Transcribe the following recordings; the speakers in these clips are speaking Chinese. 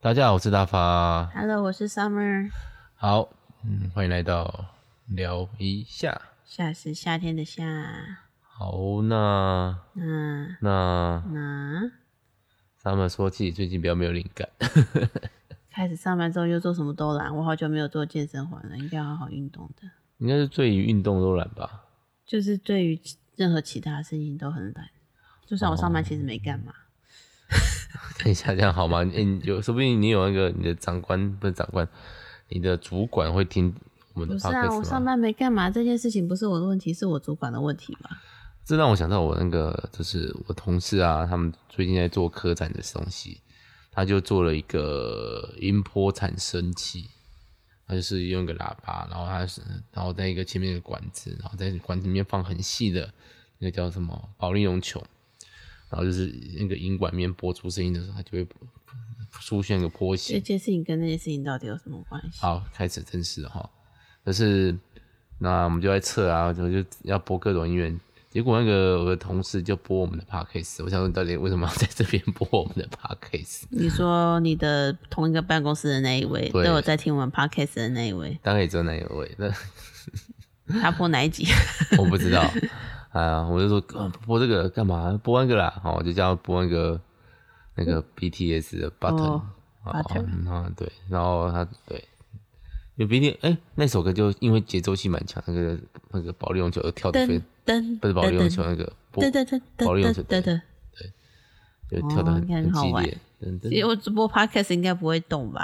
大家好，我是大发。 Hello，我是 Summer。好，嗯，欢迎来到聊一下。夏是夏天的夏，好，那那那那他们说自己最近比较没有灵感，开始上班之后又做什么都懒。我好久没有做健身环了，应该好好运动的。应该是对于运动都懒吧？就是对于其任何其他事情都很懒，就算我上班其实没干嘛。等一下这样好 吗？诶你有说不定你有那个你的长官不是长官，你的主管会听我哦们的不是啊，我 podcast 上吗？班没干嘛这件事情不是我的问题，是我主管的问题吧？这让我想到我那个就是我同事啊，他们最近在做科展的东西，他就做了一个音波产生器，他就是用一个喇叭，然后他是然后在一个前面的管子，然后在管子里面放很细的那个叫什么保利龙球，然后就是那个音管面播出声音的时候，它就会出现一个波形这。件事情跟那件事情到底有什么关系？好，开始正式了哈。就是那我们就在测啊，我就就要播各种音乐。结果那个我的同事就播我们的 podcast，我想问到底为什么要在这边播我们的 podcast？你说你的同一个办公室的那一位，都对有在听我们 podcast 的那一位，大概也只有那一位，那他播哪 一集？我不知道 啊。我就说、呃播这个干嘛？播那个啦，哦，我就叫他播那个那个 BTS 的 button，、嗯哦，Button 嗯啊对，然后他对。因为 BTS 哎、那首歌就因为节奏性蛮强，那个那个保利龙球跳的飞噔，噔，不是保利噔龙噔球那个波嗯对对对保利对龙对球对对，就跳得很、哦应该很很好激玩烈。嗯等等其，实我直播 podcast 应该不会动吧？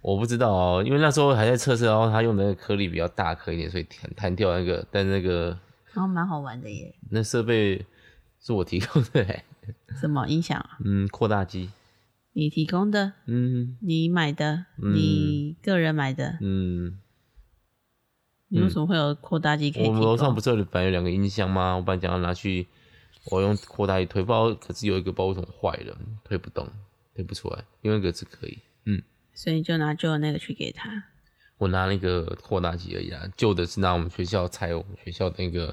我不知道哦，因为那时候还在测试，然后他用的那个颗粒比较大颗一点，所以弹弹掉那个，但那个然后蛮好玩的耶，那设备是我提供的、欸，什么音响啊？嗯，扩大机，你提供的，嗯你买的，你个人买的，嗯，你为什么会有扩大机可以我提们供？楼上不是有本来有两个音箱吗？我本来想要拿去，我用扩大机推，不知道可是有一个不知道为什么坏了，推不动，推不出来，另外一个是可以，嗯。所以你就拿旧的那个去给他。我拿那个扩大机而已啦，旧的是拿我们学校拆我们学校那个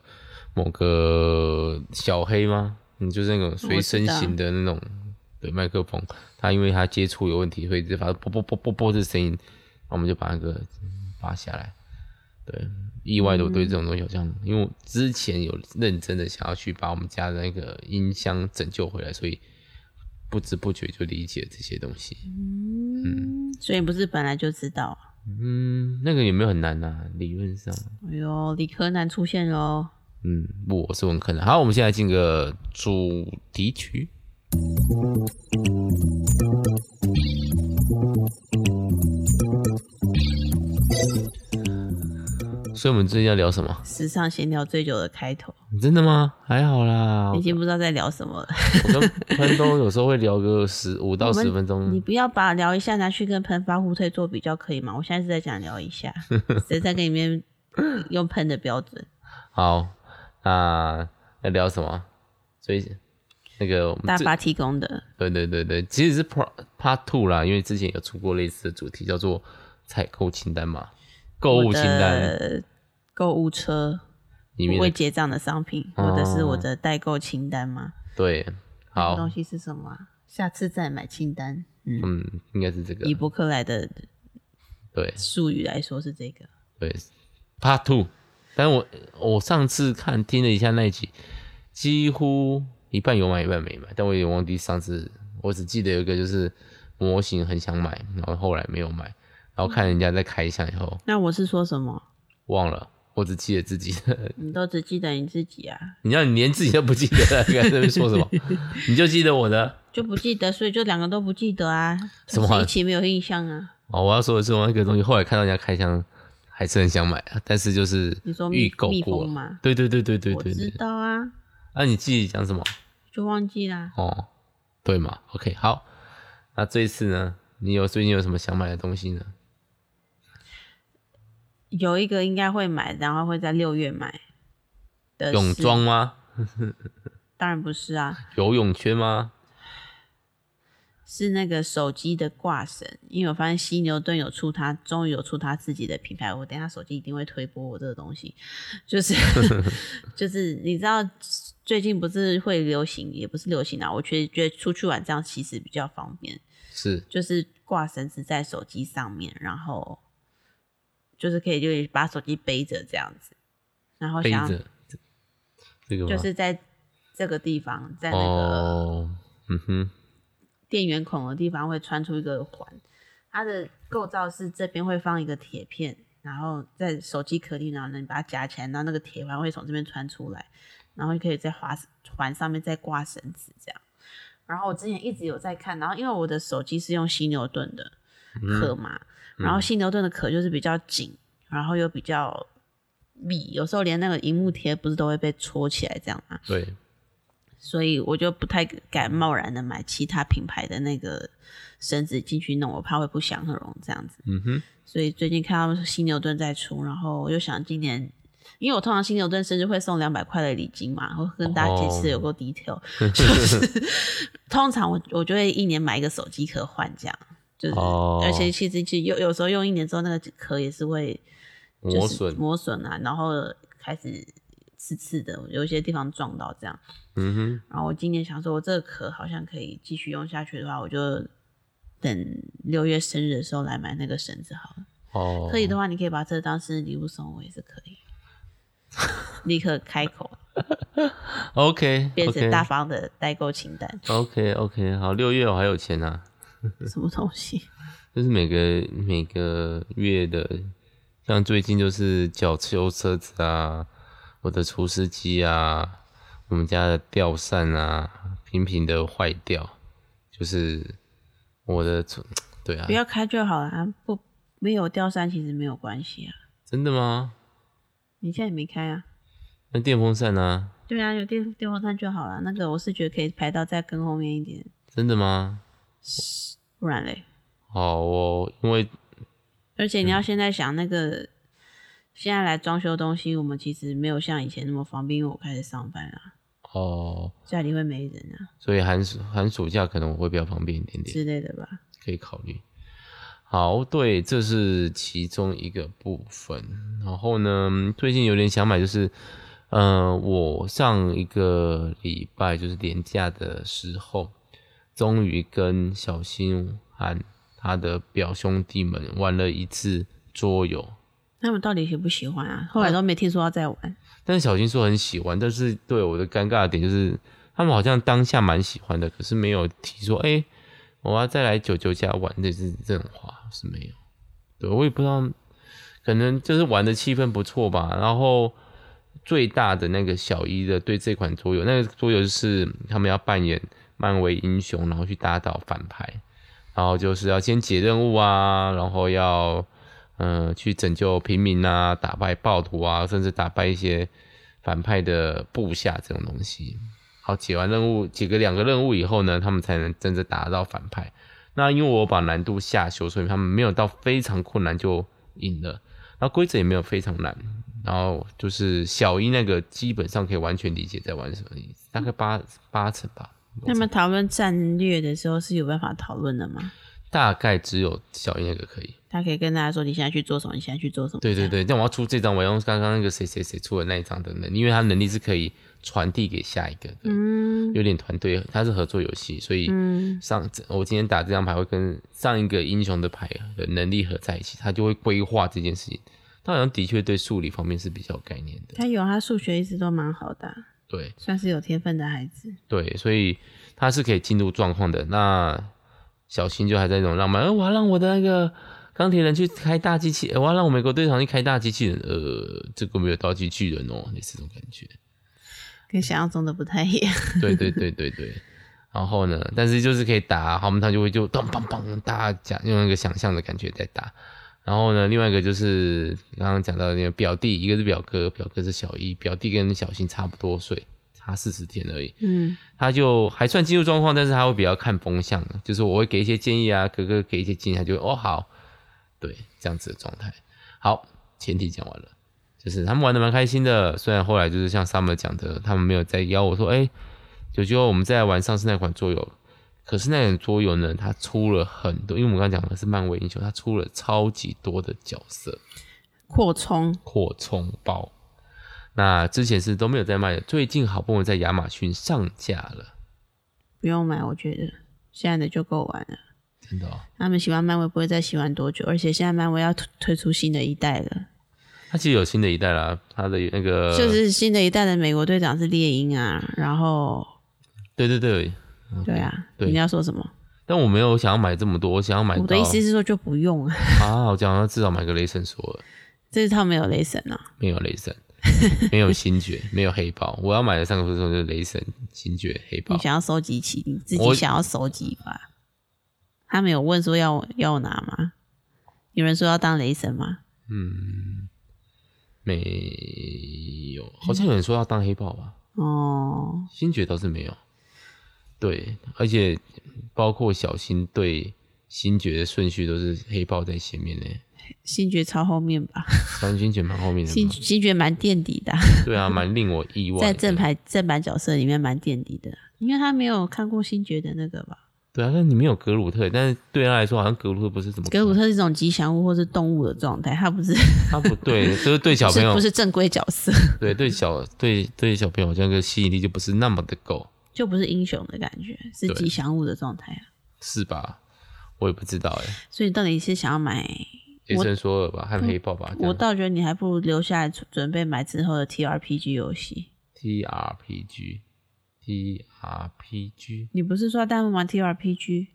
某个小黑吗？嗯，就是那种随身型的那种对麦克风，它因为它接触有问题，所以就发出啵啵啵啵啵的声音，然后我们就把那个嗯拔下来。对，意外的我对这种东西好像，因为我之前有认真的想要去把我们家的那个音箱拯救回来，所以不知不觉就理解这些东西。嗯，所以不是本来就知道啊。嗯，那个也没有很难呐、理论上。哎呦，理科男出现喽！嗯，我是文科的。好，我们现在进个主题曲。所以我们最近要聊什么？时尚闲聊最久的开头，真的吗？还好啦，已经不知道在聊什么了。我跟潘东有时候会聊个十五到我们十分钟 你。不要把聊一下拿去跟喷发互推做比较可以吗？我现在是在讲聊 一下，谁在跟里面用喷的标准？好，那要聊什么？所以那个我们大最发提供的，对对对对，其实是 Part Part Two 啦，因为之前有出过类似的主题，叫做采购清单嘛，购物清单我的购物车里不面会的结账的商品，哦或者是我的代购清单吗？对，那好东，西是什么啊、下次再买清单。嗯，嗯，应该是这个以，伯克莱的对术语来说是这个。对，Part Two。但我我上次看听了一下那一集，几乎一半有买一半没买，但我也忘记上次，我只记得有一个就是模型很想买，然后后来没有买，然后看人家在开箱以后那我是说什么？忘了，我只记得自己的你都只记得你自己啊，你让你连自己都不记得了，你还在那边说什 么？你就记得我的就不记得，所以就两个都不记得啊。什么啊就是一起没有印象啊？哦！我要说的是，我那个东西后来看到人家开箱，还是很想买啊，但是就是你说蜜预购蜜过蜂了吗？对对对对对我对知对。道啊，啊，你自己讲什么？就忘记啦。哦，对嘛？OK，好。那这一次呢？你有最近有什么想买的东西呢？有一个应该会买，然后会在六月买的是泳，装吗？当然不是啊，游泳圈吗？是那个手机的挂绳，因为我发现犀牛顿有出它，终于有出它自己的品牌，我等一下手机一定会推播我这个东西，就是 就是你知道最近不是会流行，也不是流行啊，我觉得觉得出去玩这样其实比较方便，是就是挂绳子在手机上面，然后就是可以就是把手机背着这样子，然后背想要着这个吗？就是在这个地方，在那个哦，嗯哼，电源孔的地方会穿出一个环，它的构造是这边会放一个铁片，然后在手机壳里，然后呢你把它夹起来，然后那个铁环会从这边穿出来，然后就可以在滑环上面再挂绳子这样。然后我之前一直有在看，然后因为我的手机是用犀牛盾的壳嘛，然后犀牛盾的壳就是比较紧，然后又比较密，有时候连那个荧幕贴不是都会被戳起来这样吗？对，所以我就不太敢贸然的买其他品牌的那个绳子进去弄，我怕会不祥和容这样子。嗯哼，所以最近看到犀牛盾在出，然后我又想今年，因为我通常犀牛盾生日会送两百块的礼金嘛，我跟大家解哦释有够 detail，、就是通常我我就会一年买一个手机壳换这样，就是、哦而且其实其实有有时候用一年之后那个壳也是会就是磨损，磨损啊，然后开始刺刺的，有一些地方撞到这样。嗯哼，然后我今年想说，我这个壳好像可以继续用下去的话，我就等六月生日的时候来买那个绳子好了。哦，可以的话，你可以把这个当生日礼物送我也是可 以。立刻开口，OK，变成 OK 大方的代购清单， OK OK，好，六月我还有钱啊，什么东西？就是每个每个月的，像最近就是脚修车子啊，我的除湿机啊，我们家的吊扇啊，频频的坏掉，就是我的除对啊不，要开就好了、啊，不没有吊扇其实没有关系啊。真的吗？你现在也没开啊？那电风扇啊，对啊，有电电风扇就好了。那个我是觉得可以排到再更后面一点，真的吗？不然嘞。好哦，因为而且你要现在想那个，现在来装修东西，我们其实没有像以前那么方便，因为我开始上班啦、哦，家里会没人啊所以寒暑寒暑假可能我会比较方便一点点。之类的吧。可以考虑。好，对，这是其中一个部分。然后呢，最近有点想买，就是，呃，我上一个礼拜就是年假的时候，终于跟小新和他的表兄弟们玩了一次桌游。他们到底喜不喜欢啊？后来都没听说要再玩，但是小新说很喜欢，但是对我的尴尬的点就是，他们好像当下蛮喜欢的，可是没有提说，哎、我要再来九九家玩，这是这种话是没有。对我也不知道，可能就是玩的气氛不错吧。然后最大的那个小一的对这款桌游，那个桌游就是他们要扮演漫威英雄，然后去打倒反派，然后就是要先解任务啊，然后要。呃，去拯救平民啊，打败暴徒啊，甚至打败一些反派的部下这种东西。好，解完任务，解个两个任务以后呢，他们才能真正打到反派。那因为我把难度下修，所以他们没有到非常困难就赢了。然后规则也没有非常难，然后就是小一那个基本上可以完全理解在玩什么意思，大概八八成吧。他们讨论战略的时候是有办法讨论的吗？大概只有小一那个可以。他可以跟大家说你现在去做什么，你现在去做什么。对对这样，对，但我要出这张，我要用刚刚那个谁谁谁出的那一张等等，因为他能力是可以传递给下一个的，嗯有点团队，它是合作游戏，所以嗯，上我今天打这张牌会跟上一个英雄的牌的能力合在一起，他就会规划这件事情。他好像的确对数理方面是比较有概念的，他有他数学一直都蛮好的啊、对算是有天分的孩子。对，所以他是可以进入状况的。那小新就还在那种浪漫，呃，我要让我的那个钢铁人去开大机器，呃我要让我美国队长去开大机器人，呃，这个没有到机器人哦，类似这种感觉。跟想象中的不太一样，对对对对对。然后呢，但是就是可以打，他们他就会就咚梆梆，大家讲用一个想象的感觉在打。然后呢，另外一个就是刚刚讲到的那个表弟，一个是表哥，表哥是小一，表弟跟小新差不多岁，差四十天而已。嗯，他就还算进入状况，但是他会比较看风向，就是我会给一些建议啊，哥哥给一些建议，他就会哦好，对，这样子的状态。好，前提讲完了，就是他们玩的蛮开心的，虽然后来就是像 Summer 讲的，他们没有再邀我说，哎、九九我们再来玩上次那款桌游，可是那款桌游呢，它出了很多，因为我们刚刚讲的是漫威英雄，它出了超级多的角色，扩充扩充包。那之前是都没有在卖的，最近好不容易在亚马逊上架了。不用买，我觉得现在的就够玩了。真的、哦。他们喜欢漫威不会再喜欢多久，而且现在漫威要推推出新的一代了，它其实有新的一代啦，它的那个就是新的一代的美国队长是猎鹰啊，然后对对对，对啊，嗯对你要说什么？但我没有想要买这么多，我想要买我的到意思是说就不用啊， 啊，我想要至少买个雷神索尔，这套没有雷神啊，没有雷 神，没有星爵，没有黑豹，我要买的三个分钟就是雷神、星爵、黑豹你。想要收集起，你自己我想要收集吧。他们有问说要要拿吗？有人说要当雷神吗？没有，好像有人说要当黑豹吧，哦，星爵倒是没有。对，而且包括小新对星爵的顺序都是黑豹在前面呢，星爵超后面吧，小新星爵蛮后面的星嘛。星爵蛮垫底的啊，对啊，蛮令我意外的。在正牌正版角色里面蛮垫底的，因为他没有看过星爵的那个吧。对啊，但你没有格鲁特，但是对他来说好像格鲁特不是怎么格鲁特是一种吉祥物或是动物的状态，他不是他不对，就是对小不朋是友不是正规角色，对对小对对小朋友这个吸引力就不是那么的够，就不是英雄的感觉，是对吉祥物的状态啊。是吧？我也不知道哎、所以到底是想要买雷神索尔吧，和黑豹吧，这嗯我样倒觉得你还不如留下来准准备买之后的 TRPG 游戏。 T R P G T R P G 你不是说要带他们玩 TRPG？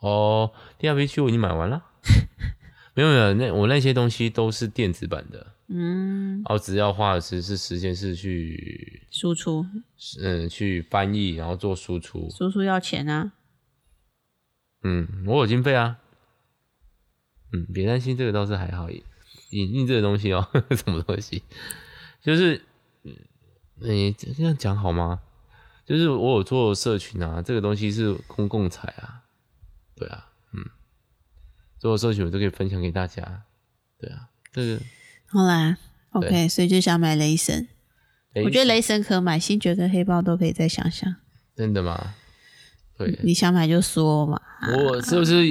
哦，T R P G 我已经买完了，没有没有，那我那些东西都是电子版的，嗯，然后只要花的是是时间是去输出嗯去翻译，然后做输出，输出要钱啊，嗯，我有经费啊。嗯，别担心，这个倒是还好。影印这个东西哦， 什么东西？就是，嗯，你、这这样讲好吗？就是我有做社群啊，这个东西是公共财啊，对啊，嗯，做社群我都可以分享给大家，对啊，这个好啦对，OK，所以就想买雷神。诶我觉得雷神可买，星爵跟黑豹都可以再想想。真的吗？对，你想买就说嘛。我是不是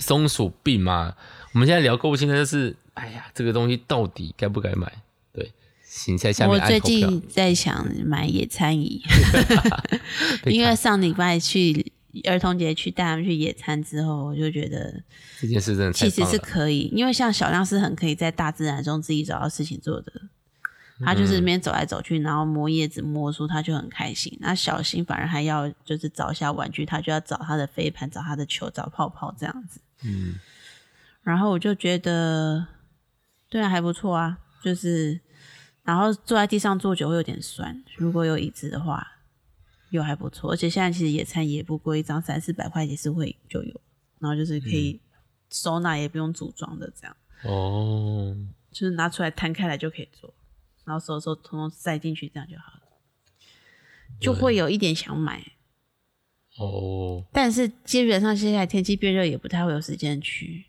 松鼠病嘛？我们现在聊购物清单就是，哎呀，这个东西到底该不该买？对，请在下我面最按投票近。在想买野餐椅，被因为砍上礼拜去儿童节去带他们去野餐之后，我就觉得这件事真的太其实棒是了，可以，因为像小亮是很可以在大自然中自己找到事情做的。他就是那边走来走去，然后摸叶子、摸书，他就很开心。那小新反而还要就是找一下玩具，他就要找他的飞盘、找他的球、找泡泡这样子。嗯，然后我就觉得，对啊，还不错啊。就是，然后坐在地上坐久会有点酸，如果有椅子的话，又还不错。而且现在其实野餐也不贵，一张三四百块也是会就有，然后就是可以收纳，也不用组装的这样。哦，就是拿出来摊开来就可以做，然后收收通通塞进去，这样就好了，就会有一点想买。哦，但是基本上现在天气变热，也不太会有时间去，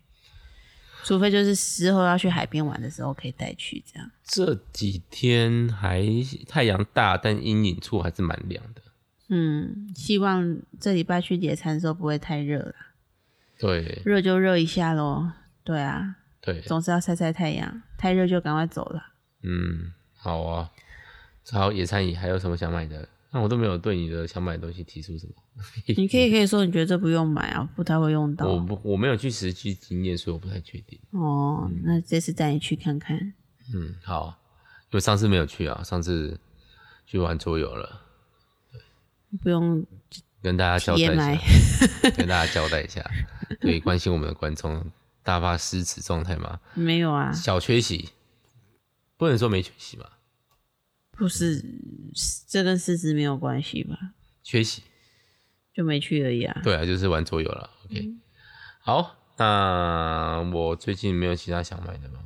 除非就是之后要去海边玩的时候可以带去这样。这几天还太阳大，但阴影处还是蛮凉的。嗯，希望这礼拜去野餐的时候不会太热了，对热就热一下喽。对啊，对，总是要晒晒太阳，太热就赶快走了。嗯，好啊。好，野餐椅还有什么想买的？那我都没有对你的想买的东西提出什么。你可以可以说你觉得这不用买啊，不太会用到我不，我没有去实际经验，所以我不太确定。哦。那这次带你去看看。嗯，好，因为上次没有去啊，上次去玩桌游了，不用跟大家交代一下，跟大家交代一下，对关心我们的观众，大发失职状态嘛，没有啊，小缺席，不能说没缺席嘛，不是，这跟失职没有关系吧？缺席，就没去而已啊。对啊，就是玩桌游了，OK，、好，嗯那我最近没有其他想买的吗？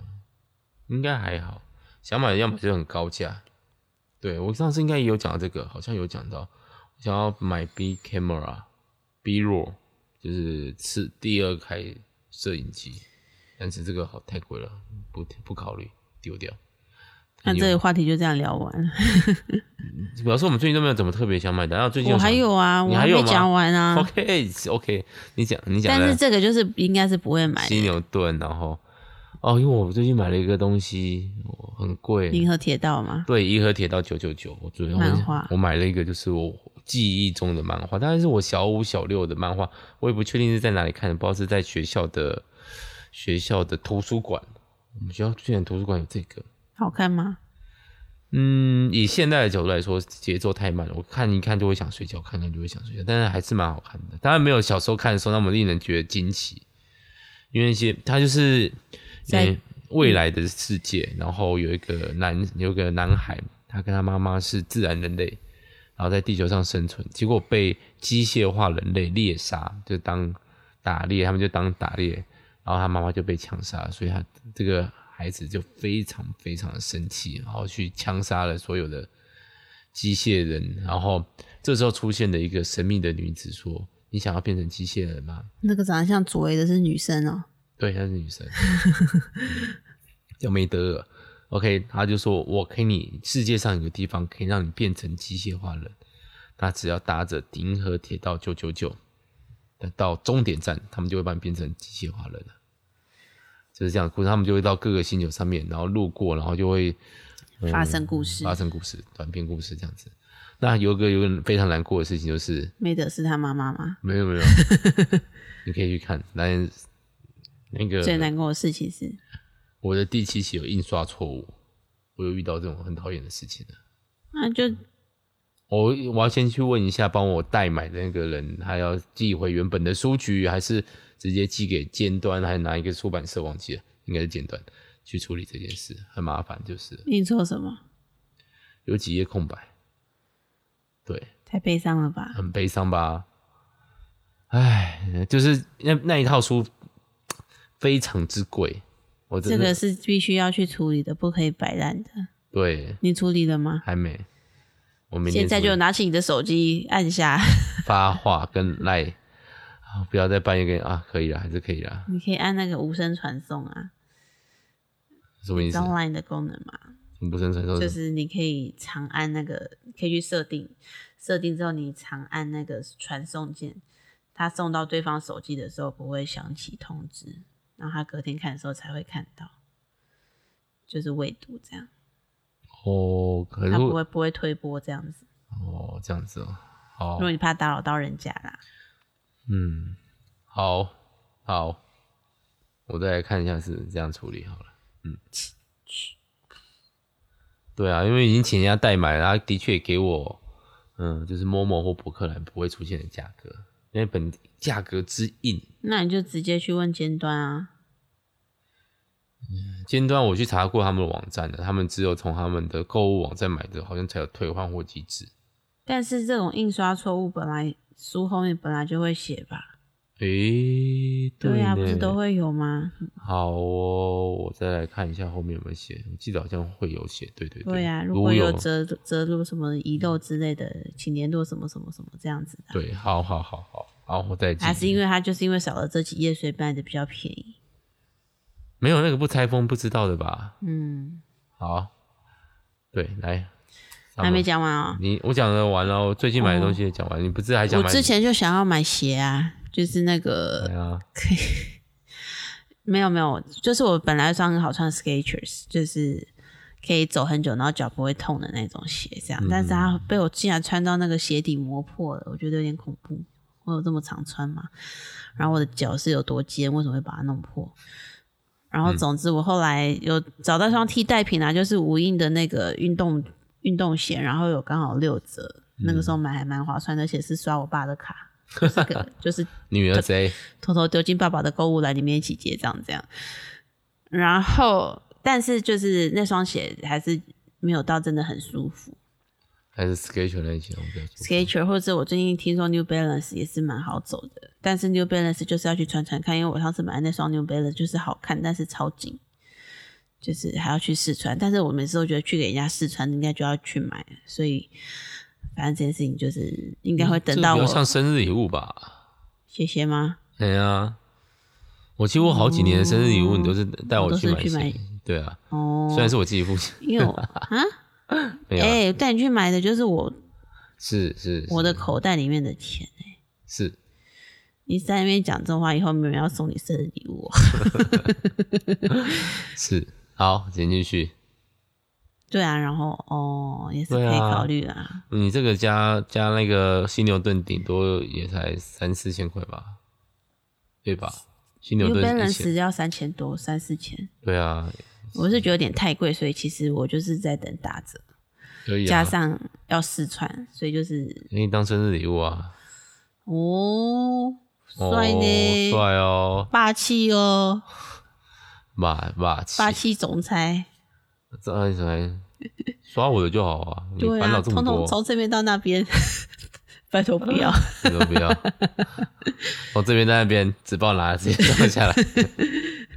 应该还好，想买的要么就很高价，对我上次应该也有讲到这个，好像有讲到，我想要买 B camera B roll，就是是第二台摄影机，但是这个好太贵了，不不考虑丢掉。那这个话题就这样聊完了。表示我们最近都没有怎么特别想买的，然后最近我有想还有啊，你我还有没吗讲完啊。 OK OK，你讲你讲但的是这个就是应该是不会买犀的。牛盾，然后哦，因为我最近买了一个东西，哦很贵，银河铁道嘛，对，颐和铁道九九九，我昨天漫我画我买了一个，就是我记忆中的漫画，当然是我小五小六的漫画，我也不确定是在哪里看的，不知道是在学校的学校的图书馆，我们学校居然图书馆有这个。好看吗？嗯，以现代的角度来说，节奏太慢了，我看一看就会想睡觉，看看就会想睡觉，但是还是蛮好看的。当然没有小时候看的时候那么令人觉得惊奇，因为一些它就是在嗯未来的世界，然后有一个男有一个男孩，他跟他妈妈是自然人类，然后在地球上生存，结果被机械化人类猎杀，就当打猎，他们就当打猎，然后他妈妈就被枪杀了，所以他这个孩子就非常非常的生气，然后去枪杀了所有的机械人。然后这时候出现了一个神秘的女子说：“你想要变成机械人吗那个长得像佐为的是女生哦、？”对，她是女生，嗯叫梅德尔。OK，他就说：“我给你世界上有个地方可以让你变成机械化人，那只要搭着银河铁道九九九到终点站，他们就会把你变成机械化人了。”就是这样，故事他们就会到各个星球上面，然后路过，然后就会发生故事嗯发生故事、短篇故事这样子。那有一个有一个非常难过的事情就是，梅德是他妈妈吗？没有没有，你可以去看，但那个最难过的事情是，我的第七期有印刷错误，我有遇到这种很讨厌的事情的。那就我我要先去问一下帮我代买的那个人，他要寄回原本的书局，还是直接寄给尖端，还是拿一个出版社？忘记了，应该是尖端去处理这件事，很麻烦，就是了你做什么？有几页空白。对，太悲伤了吧？很悲伤吧？唉，就是那那一套书非常之贵，我嗯这真的个是必须要去处理的，不可以摆烂的。对你处理了吗？还没，我明天现在出就拿起你的手机按下， 发话跟赖啊，不要再半夜跟啊，可以了，还是可以了，你可以按那个无声传送啊，什么意思？ online 的功能嘛，不生承受什就么是你可以长按那个，可以去设定，设定之后你长按那个传送键，它送到对方手机的时候不会响起通知，然后他隔天看的时候才会看到，就是未读这样，哦，可是他不我会不会推播这样子，哦这样子哦，如好，果你怕打扰到人家啦，嗯，好，好，我再来看一下是这样处理好了。嗯，对啊，因为已经请人家代买了，他的确也给我，嗯，就是 Momo 或博客来不会出现的价格，因为本价格之硬。那你就直接去问尖端啊，尖端我去查过他们的网站的，他们只有从他们的购物网站买的，好像才有退换货机制。但是这种印刷错误本来书后面本来就会写吧，诶、对呀、呀、不是都会有吗？好哦，我再来看一下后面有没有写，我记得好像会有写，对对对呀、如如果有有折折入什么遗漏之类的，请联络什么什么什么这样子的啊。啊对，好好好好，好，我再还是因为为它就是因为少了这几页，所以卖的比较便宜。没有那个不拆封不知道的吧？嗯，好，对，来，还没讲完啊、你我讲的完了，我最近买的东西也讲完，你不是还想我买？之前就想要买鞋啊，就是那个对啊，可以，没有没有，就是我本来穿很好穿 Skechers，就是可以走很久，然后脚不会痛的那种鞋，这样。但是它被我竟然穿到那个鞋底磨破了，我觉得有点恐怖。我有这么常穿吗？然后我的脚是有多尖，为什么会把它弄破？然后总之我后来有找到一双替代品啊，就是无印的那个运动运动鞋，然后有刚好六折。那个时候买还蛮划算的，而且是刷我爸的卡，就是个就是女儿贼，偷偷丢进爸爸的购物篮里面一起结账这样。然后，但是就是那双鞋还是没有到真的很舒服。还是 Sketch 那一些，我比较喜 Skechers 或者我最近听说 New Balance 也是蛮好走的，但是 New Balance 就是要去穿穿看，因为我上次买的那双 New Balance 就是好看，但是超紧，就是还要去试穿。但是我每次都觉得去给人家试穿，应该就要去买，所以反正这件事情就是应该会等这嗯到我个比较像生日礼物吧？谢谢吗？对啊，我几乎好几年的生日礼物，你都是带我去嗯我都是去买鞋，对啊，哦，虽然是我自己付钱，因为我啊，没有啊，哎、带你去买的就是我是是我的口袋里面的钱、欸、是是你在那边讲这种话，以后没有人要送你生日礼物哦、是，好，请继续， 对啊，然后哦也是可以对啊考虑啊，你这个加加那个犀牛顿，顶多也才三四千块吧，对吧？犀牛有顿人一死千，要三千多三四千，对啊，我是觉得有点太贵，所以其实我就是在等打折，可以啊，加上要试穿，所以就是可以当生日礼物啊，哦哦帅呢，帅哦，霸气哦，霸霸气，霸气总裁。这哎哎刷我的就好啊， 你对烦啊，恼这么统统多，从这边到那边， 拜托 不要。你都 不要，从这边到那边只帮我拿 直接放下来，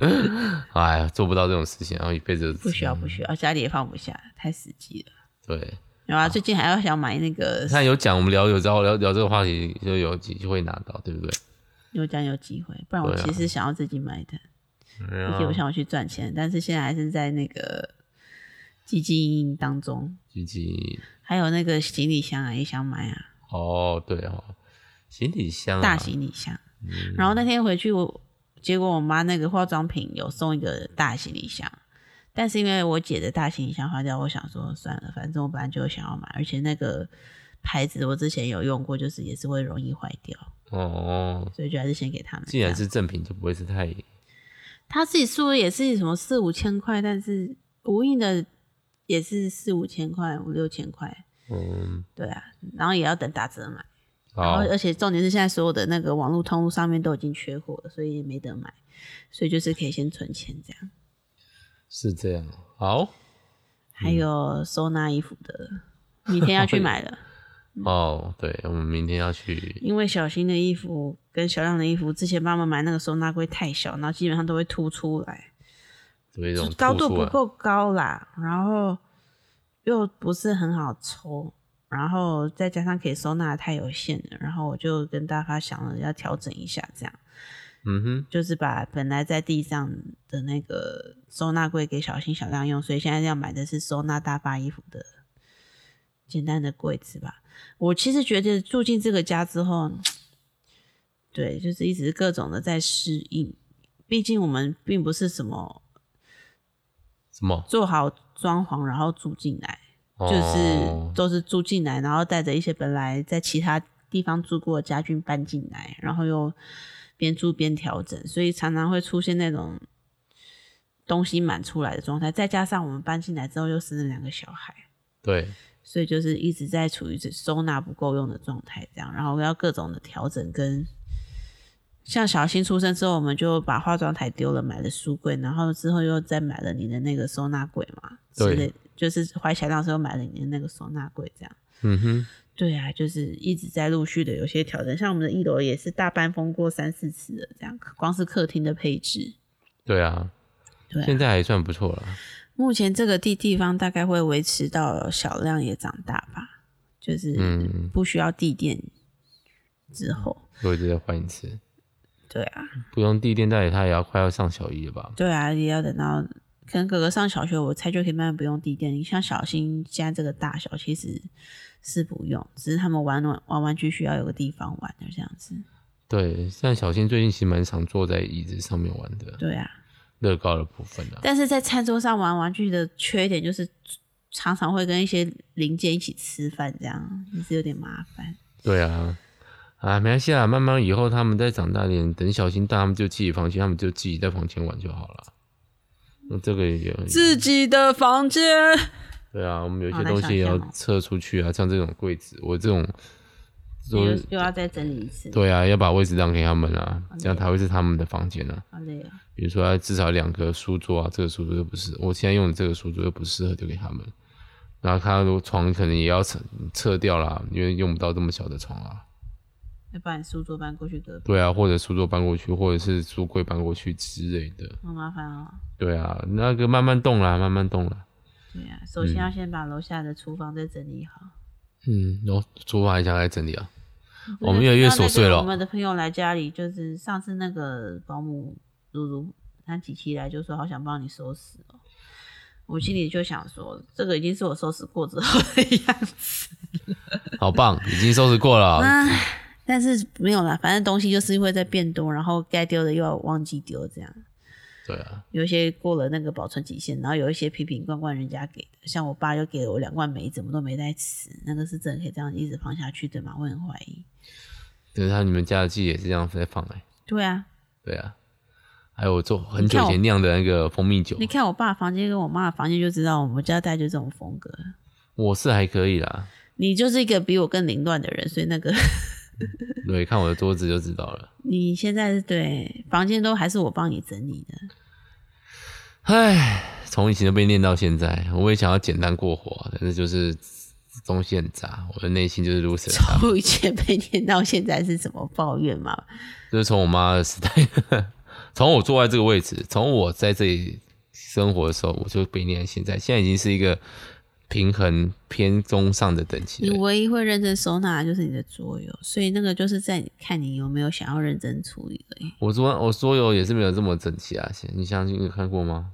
哎呀，做不到这种事情，然后一辈子不需要，不需要，啊家里也放不下，太实际了。对。然后、啊、最近还要想买那个，他有讲，我们聊有之后聊聊这个话题，就有机会拿到，对不对？有讲有机会，不然我对啊啊其实想要自己买的，而且我想要去赚钱，但是现在还是在那个基金当中，以及还有那个行李箱啊也想买啊，哦，对哦，行李箱、啊、大行李箱。嗯然后那天回去我，结果我妈那个化妆品有送一个大行李箱，但是因为我姐的大行李箱坏掉，我想说算了，反正我本来就想要买，而且那个牌子我之前有用过，就是也是会容易坏掉，哦，所以就还是先给他们。既然这样是正品，就不会是太他自己说也是什么四五千块，但是无印的也是四五千块、五六千块，嗯对啊，然后也要等打折买。然好后，呃而且重点是现在所有的那个网络通路上面都已经缺货了，所以没得买，所以就是可以先存钱这样。是这样。好还有收纳衣服的，明天要去买了，嗯哦，对，我们明天要去，因为小新的衣服跟小亮的衣服，之前帮他们买那个收纳柜太小，然后基本上都会凸出来，有一就种啊高吐度出不来够高啦，然后又不是很好抽。然后再加上可以收纳得太有限了，然后我就跟大发想了要调整一下，这样。嗯哼，就是把本来在地上的那个收纳柜给小新小亮用，所以现在要买的是收纳大发衣服的简单的柜子吧。我其实觉得住进这个家之后，对，就是一直各种的在适应。毕竟我们并不是什么什么？做好装潢然后住进来，就是哦都是住进来，然后带着一些本来在其他地方住过的家具搬进来，然后又边住边调整，所以常常会出现那种东西满出来的状态。再加上我们搬进来之后又生了两个小孩，对，所以就是一直在处于这收纳不够用的状态，这样，然后要各种的调整跟。像小新出生之后，我们就把化妆台丢了，买了书柜，然后之后又再买了你的那个收纳柜嘛，之对类，就是怀小亮的时候买了你的那个收纳柜，这样。嗯哼，对啊，就是一直在陆续的有些调整，像我们的一楼也是大搬风过三四次的，这样，光是客厅的配置，对啊，对啊现在还算不错了。目前这个地地方大概会维持到小亮也长大吧，就是嗯不需要地垫之后，我一直在换一次，对啊，不用地垫带，他也要快要上小一了吧？对啊，也要等到可能哥哥上小学，我猜就可以慢慢不用地垫。你像小新现在这个大小，其实是不用，只是他们玩玩玩玩具需要有个地方玩的这样子。对，像小新最近其实蛮常坐在椅子上面玩的，对啊，乐高的部分啊。但是在餐桌上玩玩具的缺点就是，常常会跟一些零件一起吃饭，这样也是有点麻烦。对啊，啊，没关系啦，慢慢以后他们再长大点，等小新大，他们就自己房间，他们就自己在房间玩就好了。那这个也自己的房间，对啊，我们有一好些难东想西也要象哦撤出去啊，像这种柜子，我这种又说又要再整理一次，对啊，要把位置让给他们啊，这样才会是他们的房间啊。好累哦。比如说，要至少两个书桌啊，这个书桌又不是，我现在用的这个书桌又不适合，就给他们。然后他的床可能也要撤撤掉啦，因为用不到这么小的床啊。要把你书桌搬过去隔壁，对啊，或者书桌搬过去，或者是书柜搬过去之类的。好麻烦哦。对啊，那个慢慢动啦，慢慢动啦。对啊，首先要先把楼下的厨房再整理好。嗯，然后厨房还想来整理啊？我我们越来越琐碎了我们的朋友来家里，就是上次那个保姆如如，她几期来就说好想帮你收拾哦。我心里就想说，这个已经是我收拾过之后的样子。 好棒，已经收拾过了。 啊，但是没有啦，反正东西就是会在变多，然后该丢的又要忘记丢，这样。对啊，有一些过了那个保存期限，然后有一些瓶瓶罐罐人家给的，像我爸就给了我两罐梅子，我都没在吃，那个是真的可以这样一直放下去的吗？我很怀疑。但是他你们家的鸡也是这样在放哎、对啊，对啊，还有我做很久以前酿的那个蜂蜜酒你，看我爸房间跟我妈的房间就知道，我们家大概就这种风格。我是还可以啦，你就是一个比我更凌乱的人，所以那个 对，看我的桌子就知道了。你现在是对房间都还是我帮你整理的。唉，从以前就被念到现在，我也想要简单过活，但是就是东西很杂，我的内心就是如此的杂， 从以前被念到现在是怎么抱怨嘛？就是从我妈的时代， 从我坐在这个位置，从我在这里生活的时候，我就被念到现在，现在已经是一个平衡偏中上的等级你了。唯一会认真收纳的就是你的桌游，所以那个就是在你看你有没有想要认真处理而已。我桌我桌游也是没有这么整齐啊，你相信你看过吗？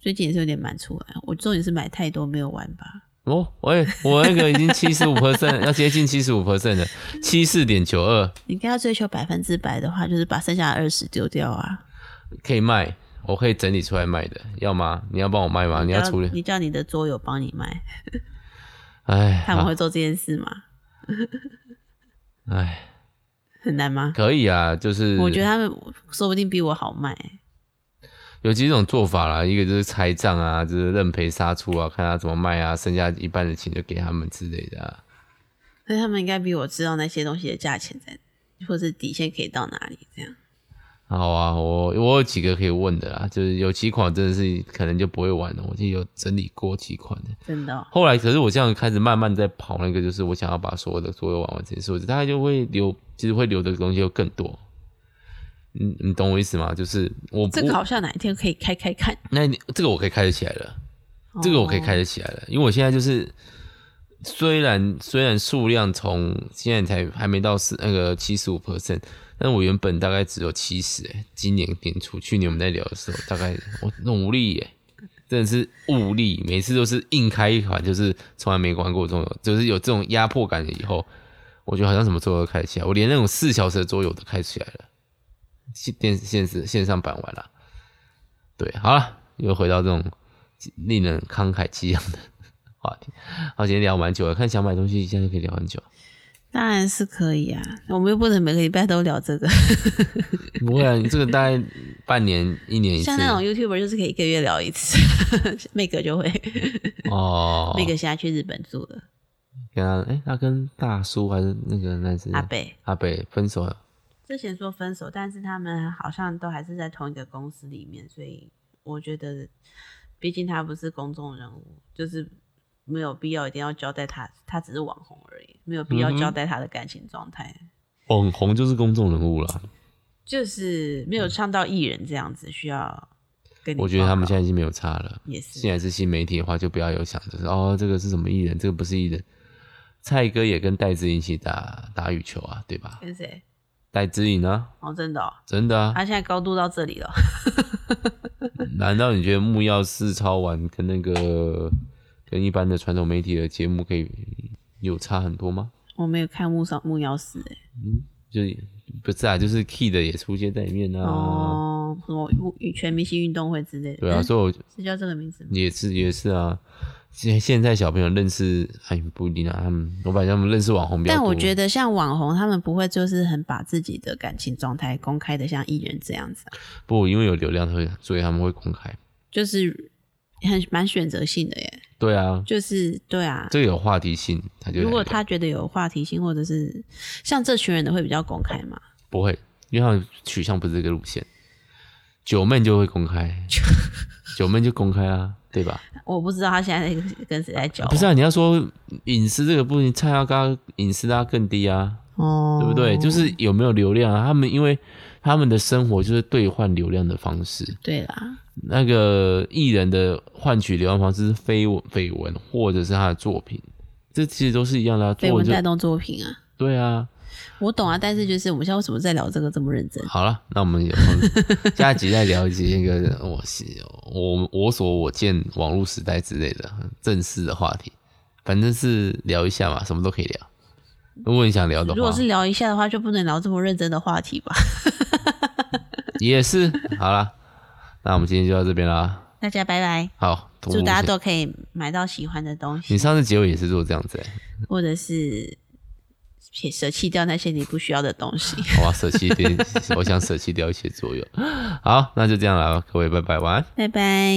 最近也是有点满出来，我重点是买太多没有玩吧。哦，喂、我那个已经七十五 percent，要接近七十五 percent 了，七四点九二你应该要追求百分之百的话，就是把剩下的二十丢掉啊！可以卖，我可以整理出来卖的，要吗？你要帮我卖吗？你要叫处理？你叫你的桌友帮你卖，哎，他们好会做这件事吗？哎，很难吗？可以啊，就是我觉得他们说不定比我好卖、有几种做法啦，一个就是拆账啊，就是认赔杀出啊，看他怎么卖啊，剩下一半的钱就给他们之类的、啊。所以他们应该比我知道那些东西的价钱在，或是底线可以到哪里这样。好啊，我我有几个可以问的啦，就是有几款真的是可能就不会玩了，我记得有整理过几款的。真的、哦，后来可是我这样开始慢慢在跑那个，就是我想要把所有的所有玩完这件事，我大概就会留，其实会留的东西又更多。你你懂我意思吗？就是我不这个好像哪一天可以开开看。那你这个我可以开得起来了，这个我可以开哦得起来了，因为我现在就是虽然虽然数量从现在才还没到四那个七十五 percent，但我原本大概只有七十哎，今年年初去年我们在聊的时候，大概我努力耶、真的是无力，每次都是硬开一款，就是从来没玩过这种，就是有这种压迫感以后，我觉得好像什么桌游都开得起来，我连那种四小时的桌游都开起来了，线电线是线上版玩了。对，好了，又回到这种令人慷慨激昂的 话题。好，今天聊蛮久了，看想买东西一下就可以聊很久。当然是可以啊，我们又不能每个礼拜都聊这个。不会啊，你这个大概半年、一年一次像那种 YouTuber 就是可以一个月聊一次， 妹哥就会，哦。妹哥现在去日本住了，跟他，哎、他跟大叔还是那个那是阿北。阿北分手了。之前说分手，但是他们好像都还是在同一个公司里面，所以我觉得，毕竟他不是公众人物，就是没有必要一定要交代他，他只是网红而已，没有必要嗯哼交代他的感情状态，网红就是公众人物了，就是没有唱到艺人这样子需要跟你嗯报告。我觉得他们现在已经没有差了。也是现在是新媒体的话，就不要有想着说哦，这个是什么艺人，这个不是艺人。蔡哥也跟戴志颖一起打打羽球啊，对吧？跟谁？戴志颖啊，哦，真的、哦，真的啊他，现在高度到这里了。 难道你觉得木曜四超玩跟那个跟一般的传统媒体的节目可以有差很多吗？我没有看木上木曜四哎、就是不是啊，就是 Key 的也出现在里面啊。哦，什么运全明星运动会之类的，对啊，嗯所以我是叫这个名字吗？也是也是啊。现现在小朋友认识哎不一定啊，他们我反正他们认识网红比较但多。我觉得得像网红，他们不会就是很把自己的感情状态公开的像艺人这样子啊、不，因为有流量会，所以他们会公开。就是很蛮选择性的耶。对啊，就是对啊，这个有话题性，他就如果来聊他觉得有话题性，或者是像这群人的会比较公开嘛，不会，因为他们取向不是这个路线。九妹就会公 开，九妹就公开啊，对吧？我不知道他现在在跟谁在交往，不是啊，你要说隐私这个不行，蔡阿嘎隐私拉更低啊，哦，对不对？就是有没有流量啊？他们因为他们的生活就是兑换流量的方式，对啦，那个艺人的换取流量方式是绯闻、绯闻或者是他的作品，这其实都是一样的、啊。绯作闻文就带动作品啊，对啊。我懂啊，但是就是我们现在为什么在聊这个这么认真？好了，那我们有 下一集再聊一集那个我我我所我见网络时代之类的正式的话题，反正是聊一下嘛，什么都可以聊。如果你想聊的话，如果是聊一下的话，就不能聊这么认真的话题吧？也是，好啦，那我们今天就到这边啦。 大家拜拜，好，徒步祝大家先都可以买到喜欢的东西你，上次结尾也是做这样子、欸，或者是撇舍弃掉那些你不需要的东西。我要舍弃一点， 我想舍弃掉一些左右。好，那就这样了，各位，拜拜，晚安。 拜拜。